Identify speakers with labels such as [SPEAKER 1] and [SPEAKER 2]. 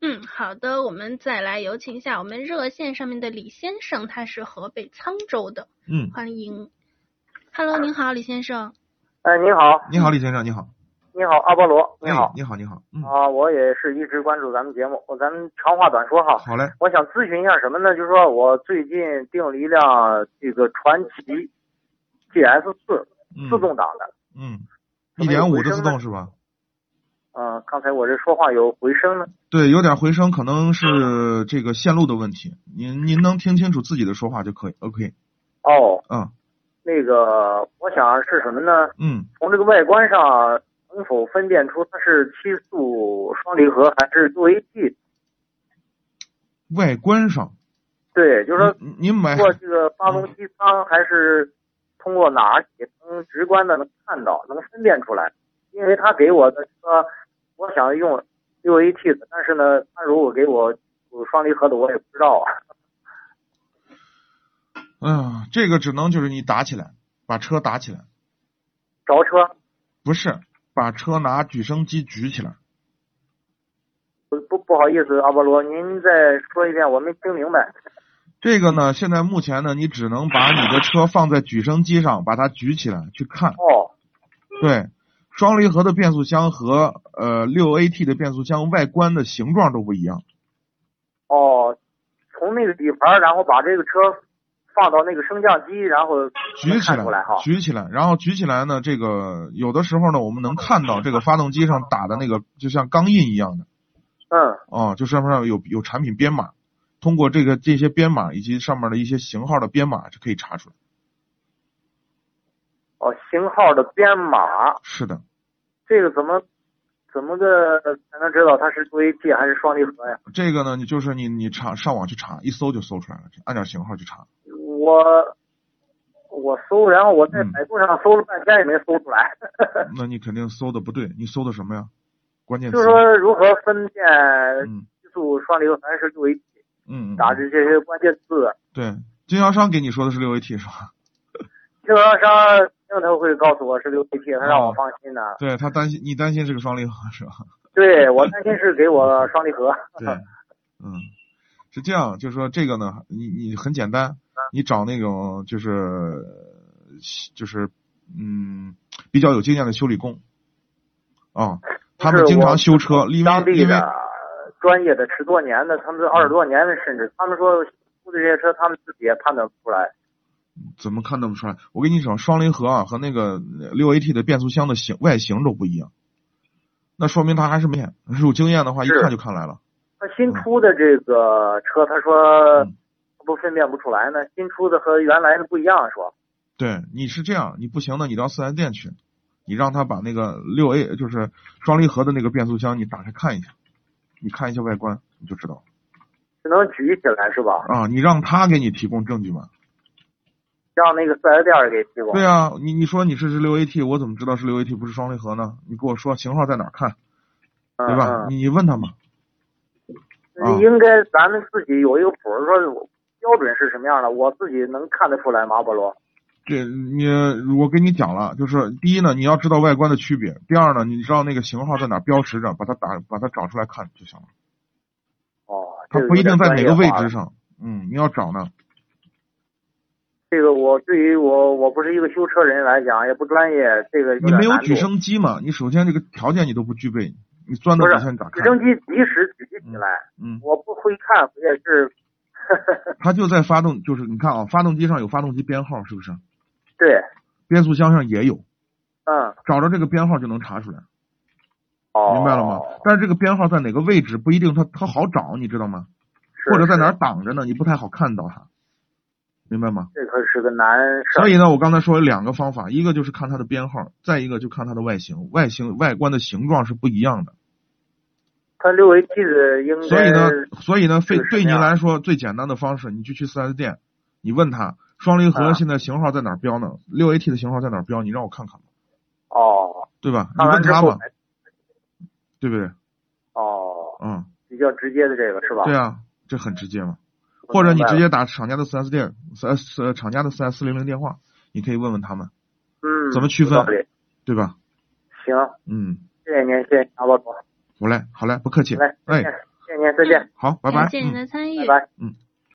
[SPEAKER 1] 嗯，好的，我们再来有请一下我们热线上面的李先生，他是河北沧州的，
[SPEAKER 2] 嗯，
[SPEAKER 1] 欢迎。Hello，您好，李先生。
[SPEAKER 3] 哎，你好，
[SPEAKER 2] 你好，李先生，你好，
[SPEAKER 3] 你好，阿波罗，你好
[SPEAKER 2] 哎，，你好，你好，嗯，
[SPEAKER 3] 啊，我也是一直关注咱们节目，咱们长话短说哈。
[SPEAKER 2] 好嘞，
[SPEAKER 3] 我想咨询一下什么呢？就是说我最近订了一辆这个传祺 GS 四
[SPEAKER 2] 嗯
[SPEAKER 3] 自动挡的，
[SPEAKER 2] 嗯，一
[SPEAKER 3] 怎么有
[SPEAKER 2] 点五
[SPEAKER 3] 回
[SPEAKER 2] 的
[SPEAKER 3] 声
[SPEAKER 2] 自
[SPEAKER 3] 呢
[SPEAKER 2] 动是吧？
[SPEAKER 3] 嗯、刚才我这说话有回声呢。
[SPEAKER 2] 对，有点回声，可能
[SPEAKER 3] 嗯
[SPEAKER 2] 是这个线路的问题。您您能听清楚自己的说话就可以。OK，
[SPEAKER 3] 哦，
[SPEAKER 2] 嗯
[SPEAKER 3] 那个，我想是什么呢？
[SPEAKER 2] 嗯，
[SPEAKER 3] 从这个外观上，能否分辨出它是七速双离合还是六 AT？
[SPEAKER 2] 外观上，
[SPEAKER 3] 对，就是说
[SPEAKER 2] 您您买
[SPEAKER 3] 通过这 个发动机舱还是通过哪里能直观的能看到，能分辨出来？因为他给我的车，我想用六 AT 的，但是呢，他如果给我双离合的，我也不知道啊。
[SPEAKER 2] 哎呀，这个只能就是你打起来，把车打起来，
[SPEAKER 3] 着车
[SPEAKER 2] 不是把车拿举升机举起来。
[SPEAKER 3] 不不不好意思，阿波罗，您再说一遍，我没听明白。
[SPEAKER 2] 这个呢，现在目前呢，你只能把你的车放在举升机上，把它举起来去看。
[SPEAKER 3] 哦，
[SPEAKER 2] 对，双离合的变速箱和呃六 AT 的变速箱外观的形状都不一样。
[SPEAKER 3] 哦，从那个底盘，然后把这个车放到那个升降机，然后
[SPEAKER 2] 举起
[SPEAKER 3] 看出来
[SPEAKER 2] 来
[SPEAKER 3] 哈，。
[SPEAKER 2] 举起来，然后举起来呢，这个有的时候呢，我们能看到这个发动机上打的那个就像钢印一样的，
[SPEAKER 3] 嗯，
[SPEAKER 2] 哦，就上面上有有产品编码，通过这个这些编码以及上面的一些型号的编码就可以查出来。
[SPEAKER 3] 哦，型号的编码，
[SPEAKER 2] 是的，
[SPEAKER 3] 这个怎么怎么个才能知道它是 VT 还是双离合呀？
[SPEAKER 2] 这个呢，你就是你你查上网去查，一搜就搜出来了，按照型号去查。
[SPEAKER 3] 我我搜，然后我在
[SPEAKER 2] 嗯
[SPEAKER 3] 百度上搜了半天也没搜出来。
[SPEAKER 2] 那你肯定搜的不对，你搜的什么呀？关键词
[SPEAKER 3] 就是。说如何分辨
[SPEAKER 2] 嗯
[SPEAKER 3] 七速双离合还是六 AT，
[SPEAKER 2] 嗯嗯，
[SPEAKER 3] 打
[SPEAKER 2] 嗯
[SPEAKER 3] 的这些关键字，
[SPEAKER 2] 对，经销商给你说的是六 AT 是吧？
[SPEAKER 3] 经销商肯定他会告诉我是六 AT，他让
[SPEAKER 2] 哦
[SPEAKER 3] 我放心呢。
[SPEAKER 2] 对他担心你担心是个双离合是吧？
[SPEAKER 3] 对我担心是给我双离合。
[SPEAKER 2] 对，嗯，是这样，就是说这个呢，你你很简单，你找那种就是就是嗯比较有经验的修理工啊，他们
[SPEAKER 3] 是
[SPEAKER 2] 经
[SPEAKER 3] 我
[SPEAKER 2] 常修车，因
[SPEAKER 3] 当
[SPEAKER 2] 为
[SPEAKER 3] 地
[SPEAKER 2] 因为
[SPEAKER 3] 的专业的十多年的，他们二十多年的，甚至他们说出的这些车，他们自己也判断不出来。
[SPEAKER 2] 怎么看得不出来？我跟你讲，双离合啊和那个六 AT 的变速箱的形外形都不一样，那说明他还是没有有经验的话，一
[SPEAKER 3] 是
[SPEAKER 2] 看就看来了。
[SPEAKER 3] 他新出的这个车，他说
[SPEAKER 2] 嗯
[SPEAKER 3] 他不分辨不出来呢，新出的和原来的不一样，说
[SPEAKER 2] 对，你是这样，你不行的，你到四 S 店去，你让他把那个六 A 就是双离合的那个变速箱，你打开看一下，你看一下外观，你就知道了
[SPEAKER 3] 只能举起来是吧？
[SPEAKER 2] 啊。你让他给你提供证据嘛？
[SPEAKER 3] 让那个四 S 店儿给提供。
[SPEAKER 2] 对啊，你你说你是是六 AT，我怎么知道是六 AT 不是双离合呢？你给我说型号在哪儿看，
[SPEAKER 3] 嗯
[SPEAKER 2] 对吧？
[SPEAKER 3] 嗯
[SPEAKER 2] 你你问他嘛。啊
[SPEAKER 3] 应该咱们自己有一个谱儿，说标准是什么样的，我自己能看得出来吗？阿波罗，
[SPEAKER 2] 这你我跟你讲了，就是第一呢，你要知道外观的区别；第二呢，你知道那个型号在哪儿标识着，把它打把它找出来看就行了。
[SPEAKER 3] 哦，
[SPEAKER 2] 它
[SPEAKER 3] 这个
[SPEAKER 2] 不一
[SPEAKER 3] 有点
[SPEAKER 2] 定在哪个位
[SPEAKER 3] 专业化了
[SPEAKER 2] 置上，嗯，你要找呢。
[SPEAKER 3] 这个我对于我我不是一个修车人来讲，也不专业，这个有
[SPEAKER 2] 你
[SPEAKER 3] 点
[SPEAKER 2] 没有
[SPEAKER 3] 难度
[SPEAKER 2] 举升机嘛？你首先这个条件你都不具备，你钻到
[SPEAKER 3] 不是
[SPEAKER 2] 底下你咋
[SPEAKER 3] 直
[SPEAKER 2] 看？
[SPEAKER 3] 升机及时举起来，
[SPEAKER 2] 嗯，
[SPEAKER 3] 我不会看，我也是，
[SPEAKER 2] 它就在发动，就是你看啊，发动机上有发动机编号，是不是？
[SPEAKER 3] 对，
[SPEAKER 2] 变速箱上也有，
[SPEAKER 3] 嗯，
[SPEAKER 2] 找着这个编号就能查出来，
[SPEAKER 3] 哦，
[SPEAKER 2] 明白了吗？但是这个编号在哪个位置不一定它，它好找，你知道吗？
[SPEAKER 3] 是？
[SPEAKER 2] 或者在
[SPEAKER 3] 是
[SPEAKER 2] 哪儿挡着呢？你不太好看到它，明白吗？
[SPEAKER 3] 这可是个难事儿
[SPEAKER 2] 所。以呢，我刚才说有两个方法，一个就是看它的编号，再一个就看它的外形，外形外观的形状是不一样的。
[SPEAKER 3] 它六 AT 的应该，
[SPEAKER 2] 所以呢，所以呢，
[SPEAKER 3] 这
[SPEAKER 2] 对
[SPEAKER 3] 个什
[SPEAKER 2] 对
[SPEAKER 3] 么
[SPEAKER 2] 您
[SPEAKER 3] 样
[SPEAKER 2] 来说最简单的方式，你就去四 S 店，你问他双离合
[SPEAKER 3] 啊
[SPEAKER 2] 现在型号在哪儿标呢？六 AT 的型号在哪儿标？你让我看看吧，
[SPEAKER 3] 哦，
[SPEAKER 2] 对吧？你
[SPEAKER 3] 看完
[SPEAKER 2] 问
[SPEAKER 3] 之
[SPEAKER 2] 他
[SPEAKER 3] 后
[SPEAKER 2] 吧，
[SPEAKER 3] 才，
[SPEAKER 2] 对不对？
[SPEAKER 3] 哦，
[SPEAKER 2] 嗯，
[SPEAKER 3] 比较直接的这个是吧？
[SPEAKER 2] 对啊，这很直接嘛。或者你直
[SPEAKER 3] 我明白了，
[SPEAKER 2] 接打厂家的四 S 店，四 S 呃厂家的四 S 四零零电话，你可以问问他们，
[SPEAKER 3] 嗯，
[SPEAKER 2] 怎么区分
[SPEAKER 3] 有道理
[SPEAKER 2] 对吧？
[SPEAKER 3] 行，
[SPEAKER 2] 嗯，
[SPEAKER 3] 谢谢您，谢谢您阿波罗，
[SPEAKER 2] 好嘞，好嘞，不客气
[SPEAKER 3] 来，，
[SPEAKER 2] 哎
[SPEAKER 3] 再见，谢谢。
[SPEAKER 1] 谢您，再见。
[SPEAKER 3] 好，拜拜。
[SPEAKER 2] 感谢您
[SPEAKER 3] 嗯。
[SPEAKER 2] 的参与。
[SPEAKER 1] 拜拜。